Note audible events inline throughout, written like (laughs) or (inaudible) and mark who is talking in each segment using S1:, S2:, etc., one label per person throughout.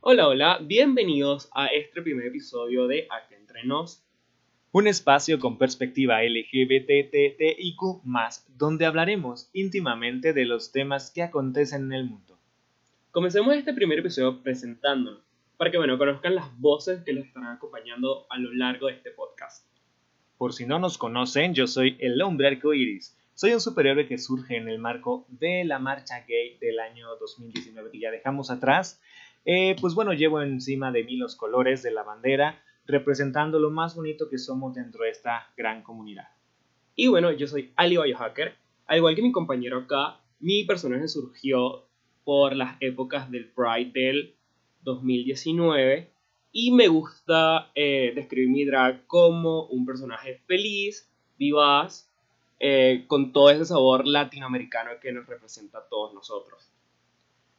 S1: Hola, hola, bienvenidos a este primer episodio de Acá Entre Nos.
S2: Un espacio con perspectiva LGBTTIQ, donde hablaremos íntimamente de los temas que acontecen en el mundo.
S1: Comencemos este primer episodio presentándonos, para que bueno, conozcan las voces que los estarán acompañando a lo largo de este podcast.
S2: Por si no nos conocen, yo soy el hombre arcoíris. Soy un superhéroe que surge en el marco de la marcha gay del año 2019 que ya dejamos atrás. Eh, pues bueno, llevo encima de mí los colores de la bandera, representando lo más bonito que somos dentro de esta gran comunidad.
S1: Y bueno, yo soy Ali Biohacker. Al igual que mi compañero acá, mi personaje surgió por las épocas del Pride del 2019 y me gusta eh, describir mi drag como un personaje feliz, vivaz, eh, con todo ese sabor latinoamericano que nos representa a todos nosotros.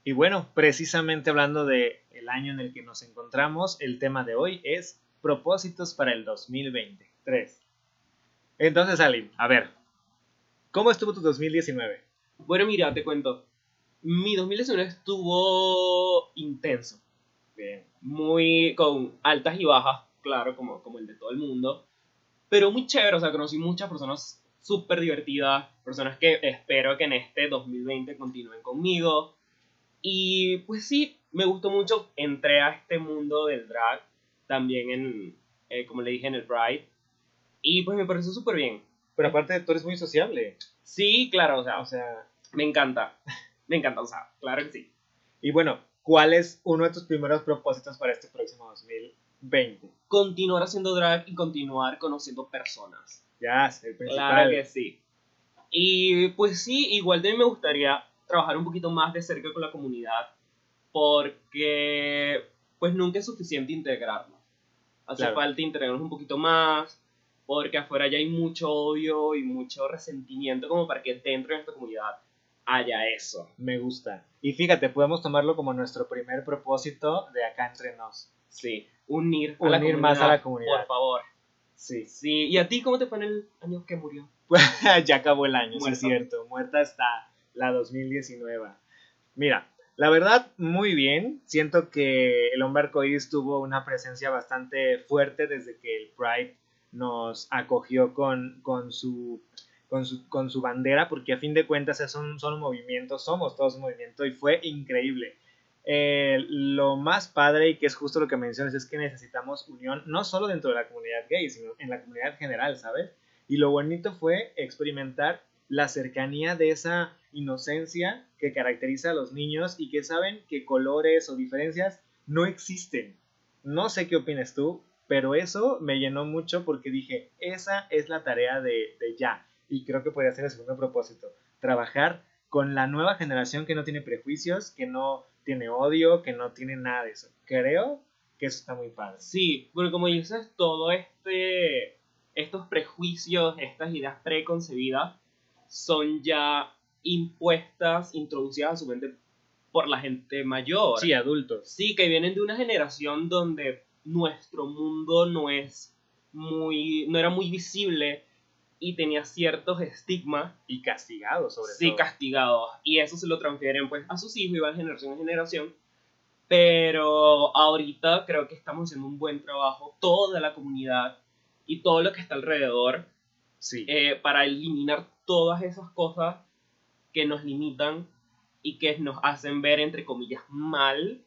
S2: Y bueno, precisamente hablando del el año en el que nos encontramos, el tema de hoy es propósitos para el 2023. Entonces, Ali, a ver, ¿cómo estuvo tu 2019?
S1: Bueno, mira, te cuento. Mi 2019 estuvo intenso.
S2: Bien.
S1: Muy con altas y bajas, claro, como, como el de todo el mundo. Pero muy chévere, o sea, conocí muchas personas súper divertidas, personas que espero que en este 2020 continúen conmigo. Y pues sí, me gustó mucho. Entré a este mundo del drag, también en, eh, como le dije, en el Pride. Y pues me pareció súper bien.
S2: Pero aparte, tú eres muy sociable.
S1: Sí, claro, o sea,
S2: O sea,
S1: me encanta. (laughs) Me encanta, o sea, claro que sí.
S2: y bueno, ¿cuál es uno de tus primeros propósitos para este próximo 2020?
S1: Continuar haciendo drag y continuar conociendo personas.
S2: Ya, es el principal.
S1: Claro que sí. Y pues sí, igual de me gustaría trabajar un poquito más de cerca con la comunidad porque pues nunca es suficiente integrarnos. Hace
S2: Claro.
S1: falta integrarnos un poquito más porque afuera ya hay mucho odio y mucho resentimiento como para que dentro de nuestra comunidad haya eso.
S2: Me gusta. Y fíjate, podemos tomarlo como nuestro primer propósito de acá entre nos.
S1: Sí, unir, a la
S2: Unir más a la comunidad.
S1: Por favor.
S2: Sí.
S1: Sí, ¿y a ti cómo te fue en el año que murió?
S2: (laughs) ya acabó el año, sí es
S1: Muerta.
S2: cierto. Muerta está la 2019. Mira, la verdad, muy bien. Siento que el hombre arcoíris tuvo una presencia bastante fuerte desde que el Pride nos acogió con, con su. Con su, con su bandera, porque a fin de cuentas es un solo movimiento, somos todos un movimiento y fue increíble. Eh, lo más padre y que es justo lo que mencionas es que necesitamos unión, no solo dentro de la comunidad gay, sino en la comunidad general, ¿sabes? Y lo bonito fue experimentar la cercanía de esa inocencia que caracteriza a los niños y que saben que colores o diferencias no existen. No sé qué opinas tú, pero eso me llenó mucho porque dije, esa es la tarea de, de ya. Y creo que podría ser el segundo propósito, trabajar con la nueva generación que no tiene prejuicios, que no tiene odio, que no tiene nada de eso. Creo que eso está muy padre.
S1: Sí, bueno, como dices, todo este, estos prejuicios, estas ideas preconcebidas son ya impuestas, introducidas a su mente por la gente mayor.
S2: Sí, adultos.
S1: Sí, que vienen de una generación donde nuestro mundo no es muy, no era muy visible y tenía ciertos estigmas,
S2: Y castigados sobre
S1: sí,
S2: todo.
S1: castigados, y eso se lo transfieren pues a sus hijos y va de generación en generación. Pero ahorita creo que estamos haciendo un buen trabajo, toda la comunidad y todo lo que está alrededor,
S2: sí.
S1: eh, para eliminar todas esas cosas que nos limitan y que nos hacen ver, entre comillas, mal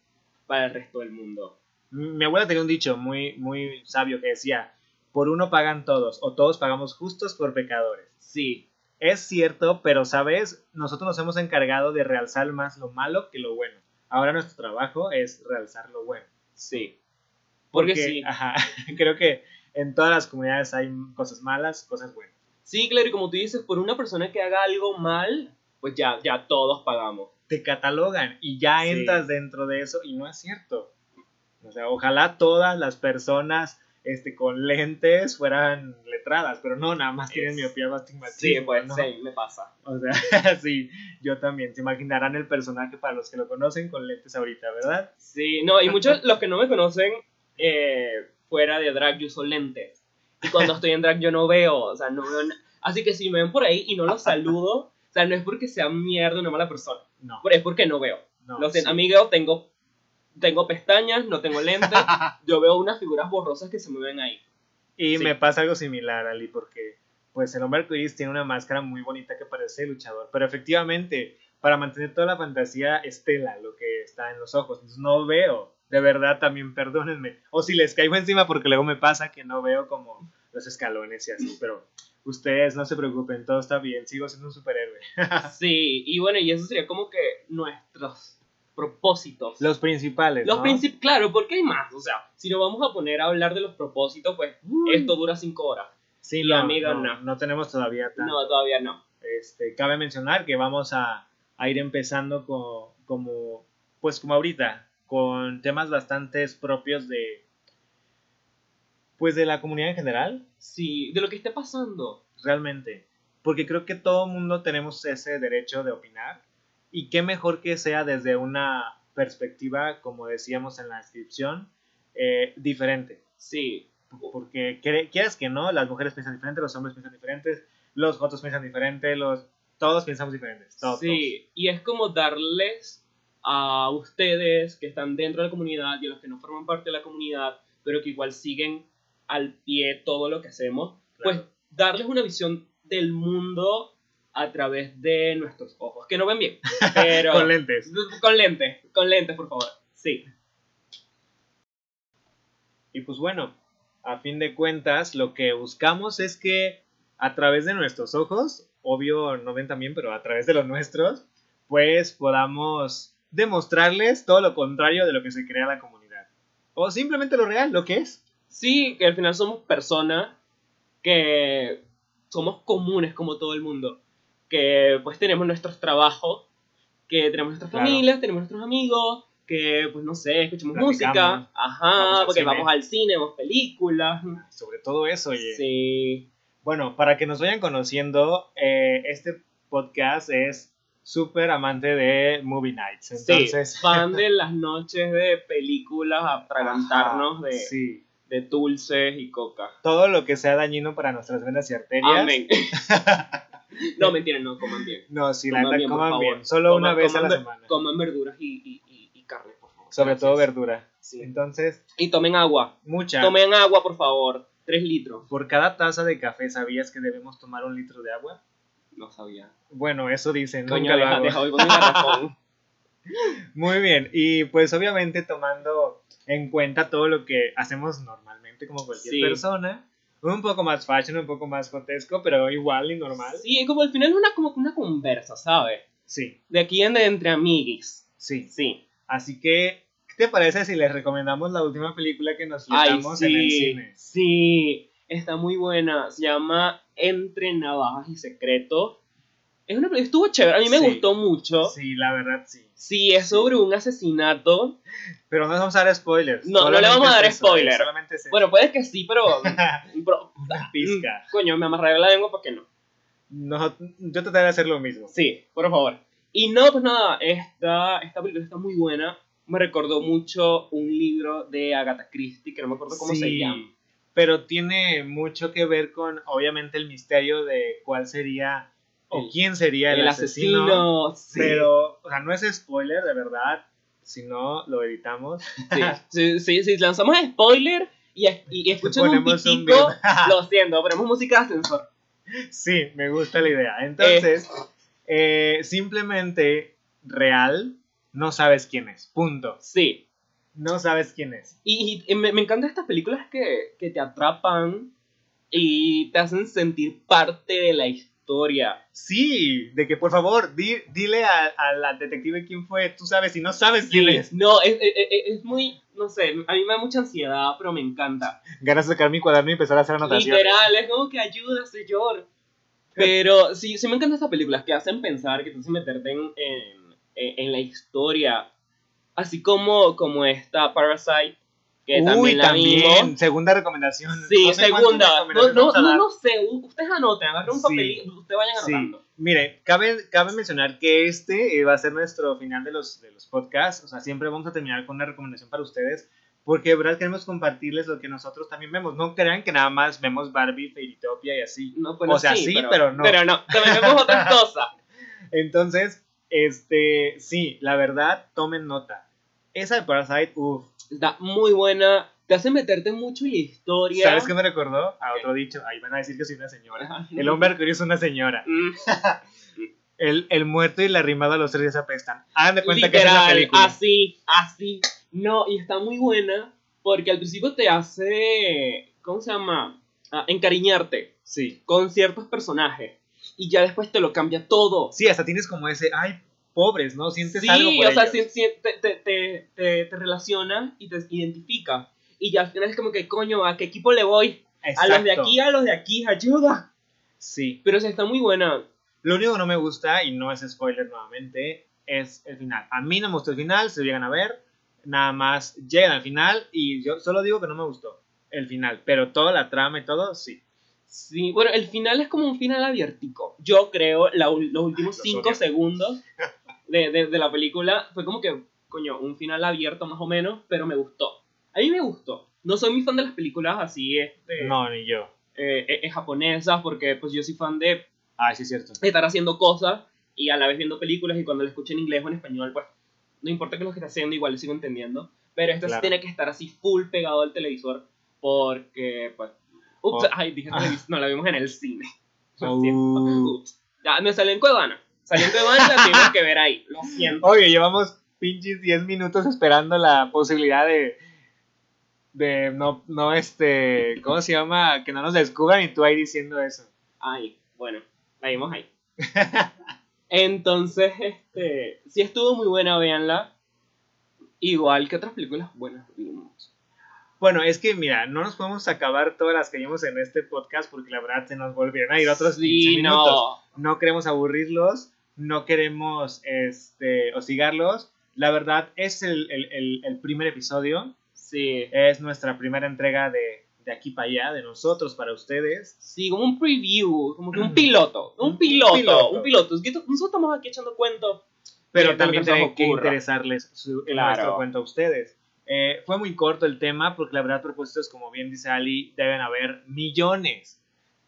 S1: para el resto del mundo.
S2: Mi abuela tenía un dicho muy, muy sabio que decía, por uno pagan todos, o todos pagamos justos por pecadores.
S1: Sí,
S2: Es cierto, pero sabes, nosotros nos hemos encargado de realzar más lo malo que lo bueno. Ahora nuestro trabajo es realzar lo bueno.
S1: sí. Porque, sí,
S2: ajá, (laughs) creo que en todas las comunidades hay cosas malas, cosas buenas.
S1: sí, claro, y como tú dices, por una persona que haga algo mal, pues ya, ya todos pagamos.
S2: Te catalogan y ya
S1: Sí.
S2: entras dentro de eso y no es cierto. O sea, ojalá todas las personas este, con lentes fueran letradas, pero no, nada más tienen
S1: Es-
S2: miopía astigmatismo.
S1: Sí, pues
S2: ¿no?
S1: sí, me pasa.
S2: O sea, (laughs) sí, yo también. Se imaginarán el personaje para los que lo conocen con lentes ahorita, ¿verdad?
S1: Sí, no, y muchos los que no me conocen eh, fuera de drag, yo uso lentes. Y cuando estoy en drag yo no veo, o sea, no veo na- Así que si me ven por ahí y no los saludo, o sea, no es porque sea mierda una mala persona,
S2: No,
S1: pero es porque no veo.
S2: no.
S1: Lo siento,
S2: sí.
S1: amigo, tengo tengo pestañas, no tengo lentes, yo veo unas figuras borrosas que se mueven ahí.
S2: Y
S1: Sí.
S2: me pasa algo similar, Ali, porque pues el hombre arcoíris tiene una máscara muy bonita que parece luchador, pero efectivamente, para mantener toda la fantasía estela lo que está en los ojos, entonces no veo, de verdad también perdónenme, o si les caigo encima porque luego me pasa que no veo como los escalones y así, pero ustedes no se preocupen, todo está bien, sigo siendo un superhéroe.
S1: Sí, y bueno, y eso sería como que nuestros propósitos.
S2: Los principales,
S1: Los
S2: ¿no?
S1: principios, claro, porque hay más. O sea, si nos vamos a poner a hablar de los propósitos, pues
S2: Uy.
S1: esto dura cinco horas.
S2: Sí,
S1: y
S2: no,
S1: amiga,
S2: no,
S1: no.
S2: no tenemos todavía tanto.
S1: No, todavía no.
S2: Este, cabe mencionar que vamos a, a ir empezando co- como, pues como ahorita, con temas bastante propios de, pues de la comunidad en general,
S1: Sí, de lo que esté pasando.
S2: realmente. Porque creo que todo mundo tenemos ese derecho de opinar y qué mejor que sea desde una perspectiva, como decíamos en la descripción, eh, diferente.
S1: Sí,
S2: Porque cre- quieras que no, las mujeres piensan diferente, los hombres piensan diferentes, los otros piensan diferente, los... Todos pensamos diferentes. Todos, todos.
S1: sí. Y es como darles a ustedes que están dentro de la comunidad y a los que no forman parte de la comunidad, pero que igual siguen al pie todo lo que hacemos,
S2: Claro.
S1: pues darles una visión del mundo a través de nuestros ojos, que no ven
S2: (laughs)
S1: bien, pero
S2: con lentes.
S1: con lentes, con lentes, por favor. Sí.
S2: Y pues bueno, a fin de cuentas, lo que buscamos es que a través de nuestros ojos, obvio no ven también, pero a través de los nuestros, pues podamos demostrarles todo lo contrario de lo que se crea la comunidad. O simplemente lo real, lo que es.
S1: Sí, que al final somos personas que somos comunes como todo el mundo. Que pues tenemos nuestros trabajos, que tenemos nuestras
S2: Claro.
S1: familias, tenemos nuestros amigos, que pues no sé, escuchamos
S2: Platicamos,
S1: música, ajá,
S2: vamos al
S1: porque
S2: cine.
S1: vamos al cine, vemos películas.
S2: Sobre todo eso, oye.
S1: Sí,
S2: Bueno, para que nos vayan conociendo, eh, este podcast es súper amante de Movie Nights. Entonces,
S1: sí, fan de las noches de películas, atragantarnos
S2: ajá,
S1: de,
S2: ah, Sí.
S1: de dulces y coca.
S2: Todo lo que sea dañino para nuestras venas y arterias. (laughs)
S1: Amén. no, mentira, no, coman bien.
S2: No, si la
S1: Coman
S2: neta
S1: bien, por
S2: coman
S1: favor.
S2: bien. Solo
S1: Coman-
S2: una vez a
S1: coman
S2: la
S1: ver-
S2: semana.
S1: Coman verduras y, y, y- y carne, por favor.
S2: Sobre
S1: Gracias.
S2: todo verdura.
S1: Sí.
S2: Entonces,
S1: Y tomen agua.
S2: mucha.
S1: Tomen agua, por favor. Tres litros.
S2: Por cada taza de café, ¿sabías que debemos tomar un litro de agua?
S1: No sabía.
S2: Bueno, eso dicen,
S1: Coño,
S2: nunca lo
S1: deja,
S2: hago.
S1: deja hoy con mi
S2: (laughs)
S1: garrafón.
S2: Muy bien, y pues obviamente tomando en cuenta todo lo que hacemos normalmente como cualquier
S1: Sí.
S2: persona, un poco más fashion, un poco más grotesco, pero igual y normal.
S1: Sí, es como al final es una, como que una conversa, ¿sabes?
S2: Sí,
S1: De aquí en entre amiguis.
S2: sí.
S1: Sí.
S2: Así que, ¿qué te parece si les recomendamos la última película que nos
S1: Ay,
S2: fijamos en el
S1: sí.
S2: cine?
S1: Sí. Está muy buena. Se llama Entre Navajas y Secretos. Es una peli- estuvo chévere. A mí me
S2: Sí.
S1: gustó mucho. Sí.
S2: Sí, la verdad sí.
S1: es sobre un asesinato
S2: Pero no les vamos a dar spoilers.
S1: No, no le vamos a
S2: Solamente
S1: dar
S2: es eso,
S1: spoiler.
S2: eh, Solamente es eso.
S1: Bueno, puede que sí, pero.
S2: (laughs)
S1: pero-
S2: Pizca.
S1: Mm, Coño, me amarraré la lengua porque no.
S2: No, yo trataré de hacer lo mismo.
S1: mm. Sí, por favor. Y no, pues nada, esta, esta película está muy buena. Me recordó mucho un libro de Agatha Christie, que no me acuerdo cómo
S2: Sí,
S1: se llama.
S2: Pero tiene mucho que ver con, obviamente, el misterio de cuál sería o
S1: El-
S2: quién sería el,
S1: El
S2: asesino.
S1: asesino. sí.
S2: Pero, o sea, no es spoiler, de verdad. Si no, lo editamos. (laughs)
S1: Sí, sí, sí, sí, lanzamos spoiler y, y, y escuchan un
S2: Ponemos un
S1: pitico.
S2: beat.
S1: (laughs) lo siento, ponemos música de ascensor.
S2: Sí, me gusta la idea. Entonces, eh, simplemente real, no sabes quién es. Punto.
S1: Sí,
S2: No sabes quién es.
S1: Y, y me, me encantan estas películas que, que te atrapan y te hacen sentir parte de la historia.
S2: Sí, de que por favor, di- dile a, a la detective quién fue. Tú sabes si no sabes quién es.
S1: No, es, es- es- es muy, no sé, a mí me da mucha ansiedad, pero me encanta.
S2: Ganas de sacar mi cuaderno y empezar a hacer anotaciones.
S1: Literal, es como que ayuda, señor. Pero sí, sí me encantan estas películas que hacen pensar, que te hacen meterte en, en- en la historia. Así como, como esta Parasite, que
S2: Uy,
S1: también la
S2: también.
S1: vimos.
S2: Segunda recomendación.
S1: Sí,
S2: No sé cuántas
S1: segunda. No,
S2: recomendaciones
S1: no,
S2: vamos a
S1: no,
S2: dar.
S1: no sé. u- Ustedes anoten, agarren un
S2: Sí.
S1: papelito, ustedes vayan
S2: Sí.
S1: anotando.
S2: Mire, cabe, cabe mencionar que este eh, va a ser nuestro final de los, de los podcasts. O sea, siempre vamos a terminar con una recomendación para ustedes. Porque de verdad queremos compartirles lo que nosotros también vemos. No crean que nada más vemos Barbie, Fairytopia y así.
S1: No, bueno,
S2: O sea, sí, pero no.
S1: Pero no, también vemos otras cosas.
S2: Entonces, este, sí, la verdad, tomen nota. Esa de Parasite, uff.
S1: Está muy buena. Te hace meterte mucho en la historia.
S2: ¿Sabes qué me recordó? A otro dicho. Ahí van a decir que soy una señora. El hombre arcoíris es una señora.
S1: Mm,
S2: El, el muerto y la rimada los tres días apestan. Hagan de cuenta que es una
S1: Literal,
S2: película.
S1: así, así. No, y está muy buena porque al principio te hace, ¿cómo se llama? Ah, encariñarte
S2: Sí.
S1: con ciertos personajes. Y ya después te lo cambia todo.
S2: Sí, hasta tienes como ese, ay, pobres, ¿no? Sientes
S1: Sí,
S2: algo por
S1: o sea,
S2: ellos.
S1: sí- sí, te, te, te, te, te relaciona y te identifica. Y ya al final es como que, coño, ¿a qué equipo le voy? A los de
S2: Exacto.
S1: aquí, a los de aquí, ayuda.
S2: Sí.
S1: Pero o sea, está muy buena.
S2: Lo único que no me gusta, y no es spoiler nuevamente, es el final. A mí no me gustó el final, se lo llegan a ver, nada más llegan al final y yo solo digo que no me gustó el final, pero toda la trama y todo, sí.
S1: Sí, bueno, el final es como un final abiertico. Yo creo, la ul- los últimos
S2: Los
S1: 5
S2: odio.
S1: segundos de, de- de la película fue como que, coño, un final abierto más o menos, pero me gustó. A mí me gustó. No soy muy fan de las películas así, este,
S2: No, ni yo.
S1: eh, eh, eh, japonesas, porque pues yo soy fan de
S2: Ah, sí, es cierto.
S1: estar haciendo cosas y a la vez viendo películas y cuando la escucho en inglés o en español, pues no importa que lo que esté haciendo, igual lo sigo entendiendo. Pero esto sí
S2: Claro.
S1: tiene que estar así full pegado al televisor porque, pues... Ups,
S2: Oh.
S1: ay, dije
S2: Ah.
S1: televisor, no, la vimos en el cine. Lo
S2: Uh.
S1: siento. Ups. Ya, me salió en Cuevana. Salió en Cuevana y la tuvimos que ver ahí. Lo siento.
S2: Oye, llevamos pinches 10 minutos esperando la posibilidad de. de no, no, este. ¿Cómo se llama? Que no nos descubran y tú ahí diciendo eso.
S1: Ay, bueno, la vimos ahí. Entonces, este... Sí estuvo muy buena, véanla. Igual que otras películas buenas vimos.
S2: Bueno, es que mira, no nos podemos acabar todas las que vimos en este podcast porque la verdad se nos volvieron a ir otros 15
S1: sí,
S2: minutos.
S1: no.
S2: no queremos aburrirlos, no queremos este, hostigarlos. La verdad, es el, el- el- el primer episodio,
S1: Sí.
S2: es nuestra primera entrega de, de aquí para allá, de nosotros para ustedes.
S1: Sí, como un preview, como que un piloto, un piloto, un piloto.
S2: Mm. piloto.
S1: Es que Nosotros estamos aquí echando cuentos.
S2: Pero
S1: Bien,
S2: también
S1: lo que se nos
S2: tiene que
S1: ocurra.
S2: interesarles su,
S1: Claro.
S2: nuestro cuento a ustedes. Eh, fue muy corto el tema, porque la verdad, propósitos, como bien dice Ali, deben haber millones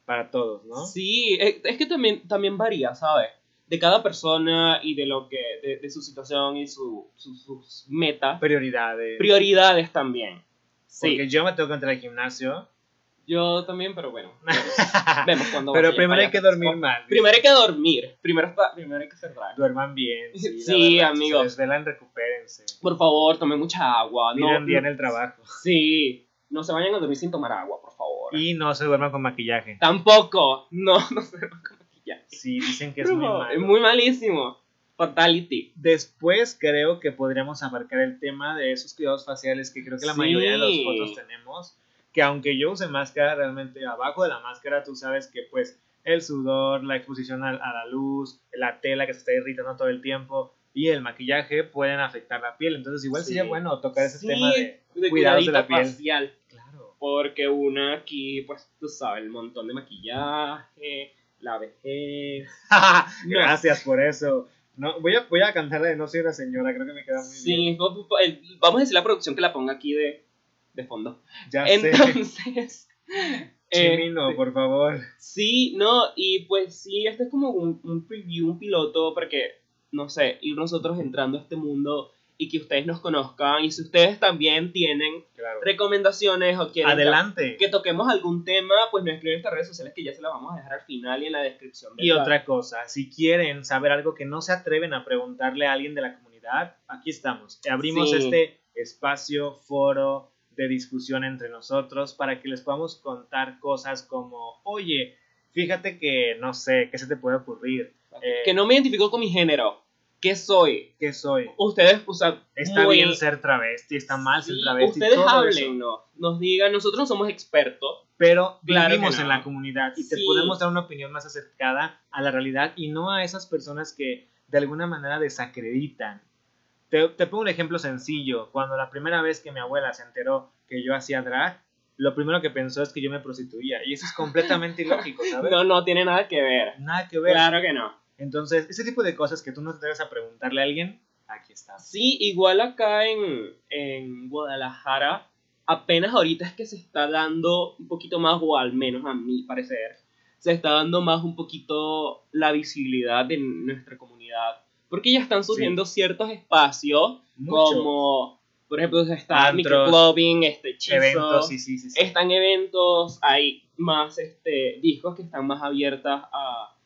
S2: para todos, ¿no?
S1: Sí, eh, es que también, también varía, ¿sabes? De cada persona y de lo que, de, de su situación y su, su- sus metas,
S2: Prioridades.
S1: prioridades también. Sí,
S2: Porque yo me tengo que entrar al gimnasio.
S1: yo también, pero
S2: (laughs)
S1: bueno. Vemos cuando
S2: Pero
S1: vaya
S2: primero
S1: para
S2: hay que
S1: allá.
S2: dormir mal.
S1: Primero hay que dormir, primero, está, primero hay que cerrar.
S2: Duerman bien. la
S1: Sí,
S2: verdad,
S1: amigos.
S2: Si se desvelan, recupérense.
S1: Por favor, tomen mucha agua. No,
S2: Miren bien
S1: no-
S2: el trabajo.
S1: Sí, no se vayan a dormir sin tomar agua, por favor.
S2: Y no se duerman con maquillaje.
S1: Tampoco, no, (laughs) no se va con maquillaje.
S2: Sí, dicen que es
S1: Pero
S2: muy malo.
S1: malísimo. Fatality.
S2: Después creo que podríamos abarcar el tema de esos cuidados faciales que creo que la
S1: Sí.
S2: mayoría de los fotos tenemos. Que aunque yo use máscara, realmente abajo de la máscara tú sabes que pues el sudor, la exposición al- a, la luz, la tela que se está irritando todo el tiempo y el maquillaje pueden afectar la piel. Entonces igual
S1: Sí.
S2: sería bueno tocar ese
S1: Sí,
S2: tema de...
S1: de
S2: cuidados de
S1: cuidadita
S2: la piel.
S1: facial.
S2: Claro.
S1: Porque una aquí, pues tú sabes, el montón de maquillaje, la vejez.
S2: (laughs)
S1: No.
S2: Gracias por eso. No, voy, a, voy a cantar la de No soy una señora, creo que me queda muy bien.
S1: Sí, es como- el- vamos a decir la producción que la ponga aquí de, de fondo.
S2: Ya
S1: (laughs)
S2: sé.
S1: Entonces. (laughs) eh,
S2: Ah, Chimino, por favor.
S1: Sí, no, y pues sí, este es como un, un preview, un piloto, porque, no sé, ir nosotros entrando a este mundo y que ustedes nos conozcan. Y si ustedes también tienen
S2: Claro.
S1: recomendaciones o quieren
S2: Adelante.
S1: que toquemos algún tema, pues nos escriben en nuestras redes sociales que ya se las vamos a dejar al final y en la descripción. del
S2: Y otra cosa, si quieren saber algo que no se atreven a preguntarle a alguien de la comunidad, aquí estamos. Abrimos
S1: Sí.
S2: este espacio, foro de discusión entre nosotros para que les podamos contar cosas como, oye, fíjate que, no sé, ¿qué se te puede ocurrir?
S1: chat.
S2: eh,
S1: que no me identifico con mi género. ¿Qué soy?
S2: ¿Qué soy?
S1: Ustedes, o sea,
S2: ¿Está
S1: muy-
S2: bien ser travesti? ¿Está mal
S1: Sí,
S2: ser travesti?
S1: Ustedes
S2: Todo eso.
S1: hablen, ¿no? nos digan, nosotros no somos expertos.
S2: pero
S1: Claro
S2: vivimos
S1: que no.
S2: en la comunidad y te
S1: Sí.
S2: podemos dar una opinión más acercada a la realidad y no a esas personas que de alguna manera desacreditan. Te, te pongo un ejemplo sencillo. Cuando la primera vez que mi abuela se enteró que yo hacía drag, lo primero que pensó es que yo me prostituía y eso es
S1: (laughs)
S2: completamente ilógico, ¿sabes?
S1: No, no tiene nada que ver.
S2: Nada que ver.
S1: Claro que no.
S2: Entonces, ese tipo de cosas que tú no te atreves a preguntarle a alguien, aquí está.
S1: Sí, igual acá en, en Guadalajara, apenas ahorita es que se está dando un poquito más, o al menos a mi parecer, se está dando más un poquito la visibilidad de nuestra comunidad. Porque ya están surgiendo ciertos espacios
S2: Mucho.
S1: como Por ejemplo, está
S2: Antros,
S1: microclubbing, este hechizo,
S2: Eventos, sí, sí, sí. sí.
S1: están eventos, hay más este, discos que están más abiertas a,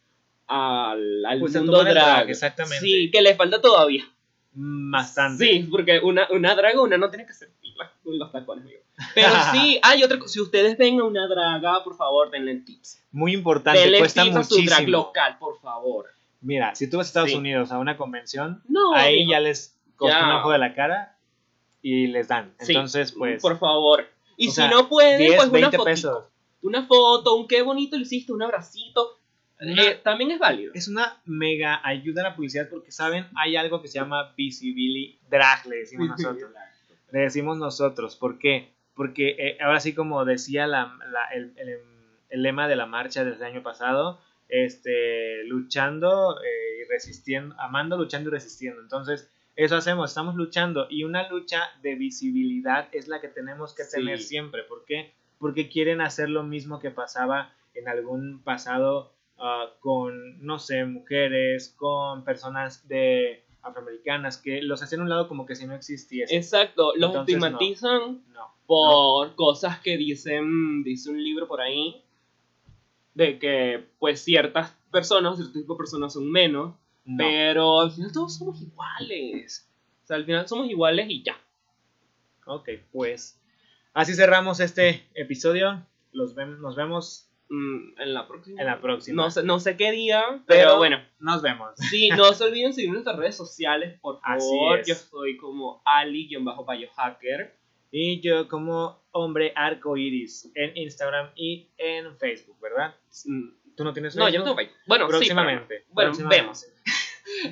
S1: al, al
S2: Pues a
S1: mundo
S2: tomar el
S1: drag.
S2: drag, exactamente.
S1: Sí, que les falta todavía.
S2: Mm, Bastante.
S1: Sí, porque una, una draga, una no tiene que hacer fila con los tacones, amigo.
S2: (laughs)
S1: Pero sí, hay otra co- Si ustedes ven a una draga, por favor, denle tips.
S2: Muy importante,
S1: Denle tips
S2: cuesta
S1: a su drag
S2: muchísimo.
S1: local, por favor.
S2: Mira, si tú vas a Estados
S1: Sí.
S2: Unidos a una convención,
S1: No,
S2: ahí
S1: amigo.
S2: ya les costó
S1: Ya.
S2: un ojo de la cara y les dan.
S1: Sí,
S2: Entonces, pues,
S1: Por favor. Y
S2: O
S1: si
S2: sea,
S1: no pueden,
S2: 10,
S1: pues una
S2: 20
S1: foto.
S2: pesos.
S1: Una foto, un qué bonito lo hiciste, un abracito.
S2: Una-
S1: eh, también es válido.
S2: Es una mega ayuda a la publicidad porque, ¿saben? Hay algo que se llama visibility drag, le decimos nosotros. le decimos nosotros. ¿Por qué? Porque eh, ahora sí, como decía la- la- el, el- el lema de la marcha desde el año pasado, este, luchando eh, y resistiendo, amando, luchando y resistiendo. Entonces, eso hacemos, estamos luchando y una lucha de visibilidad es la que tenemos que
S1: Sí.
S2: tener siempre. ¿Por qué? Porque quieren hacer lo mismo que pasaba en algún pasado ah, con, no sé, mujeres, con personas de afroamericanas, que los hacían a un lado como que si no existiese.
S1: Exacto, los
S2: Entonces, no.
S1: estigmatizan
S2: No.
S1: por cosas que dicen, dice un libro por ahí, de que pues ciertas personas, cierto tipo de personas son menos,
S2: no.
S1: pero al final todos somos iguales. O sea, al final somos iguales y ya.
S2: Ok, pues así cerramos este episodio. Los vemos, nos vemos,
S1: Mm, en la próxima.
S2: En la próxima.
S1: No sé, no sé qué día, pero,
S2: Pero-
S1: bueno.
S2: nos vemos.
S1: Sí, no se olviden seguir nuestras redes sociales, por
S2: Así
S1: favor.
S2: es.
S1: Yo soy como Ali-Biohacker.
S2: Y yo como hombre arco iris en Instagram y en Facebook, ¿verdad?
S1: Mm,
S2: ¿Tú no tienes
S1: No,
S2: Facebook?
S1: yo no tengo Facebook. Bueno, sí, pero-
S2: Próximamente.
S1: bueno,
S2: próximamente.
S1: vemos.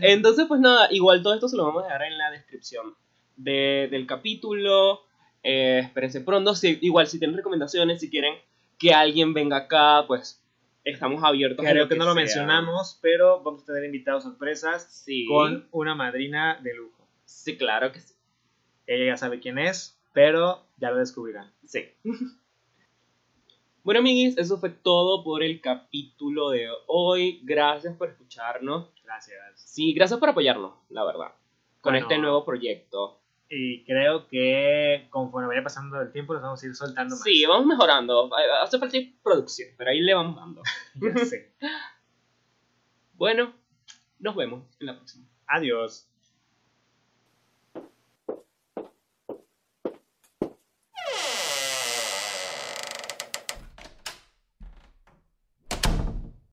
S1: Entonces, pues nada, igual todo esto se lo vamos a dejar en la descripción de- del capítulo. Eh, espérense pronto. Si- igual, si tienen recomendaciones, si quieren que alguien venga acá, pues estamos abiertos a
S2: Creo que no lo
S1: sea.
S2: mencionamos, pero vamos a tener invitados sorpresas
S1: Sí,
S2: con una madrina de lujo.
S1: sí, claro que sí.
S2: Ella ya sabe quién es, pero ya lo descubrirán.
S1: Sí. Bueno, amiguis, eso fue todo por el capítulo de hoy. Gracias por escucharnos.
S2: Gracias.
S1: Sí, gracias por apoyarnos, la verdad, con
S2: Bueno.
S1: este nuevo proyecto.
S2: Y creo que conforme vaya pasando el tiempo, nos vamos a ir soltando más.
S1: Sí, vamos mejorando. Hace falta producción, pero ahí le vamos dando.
S2: Ya sé.
S1: Bueno, nos vemos en la próxima.
S2: Adiós.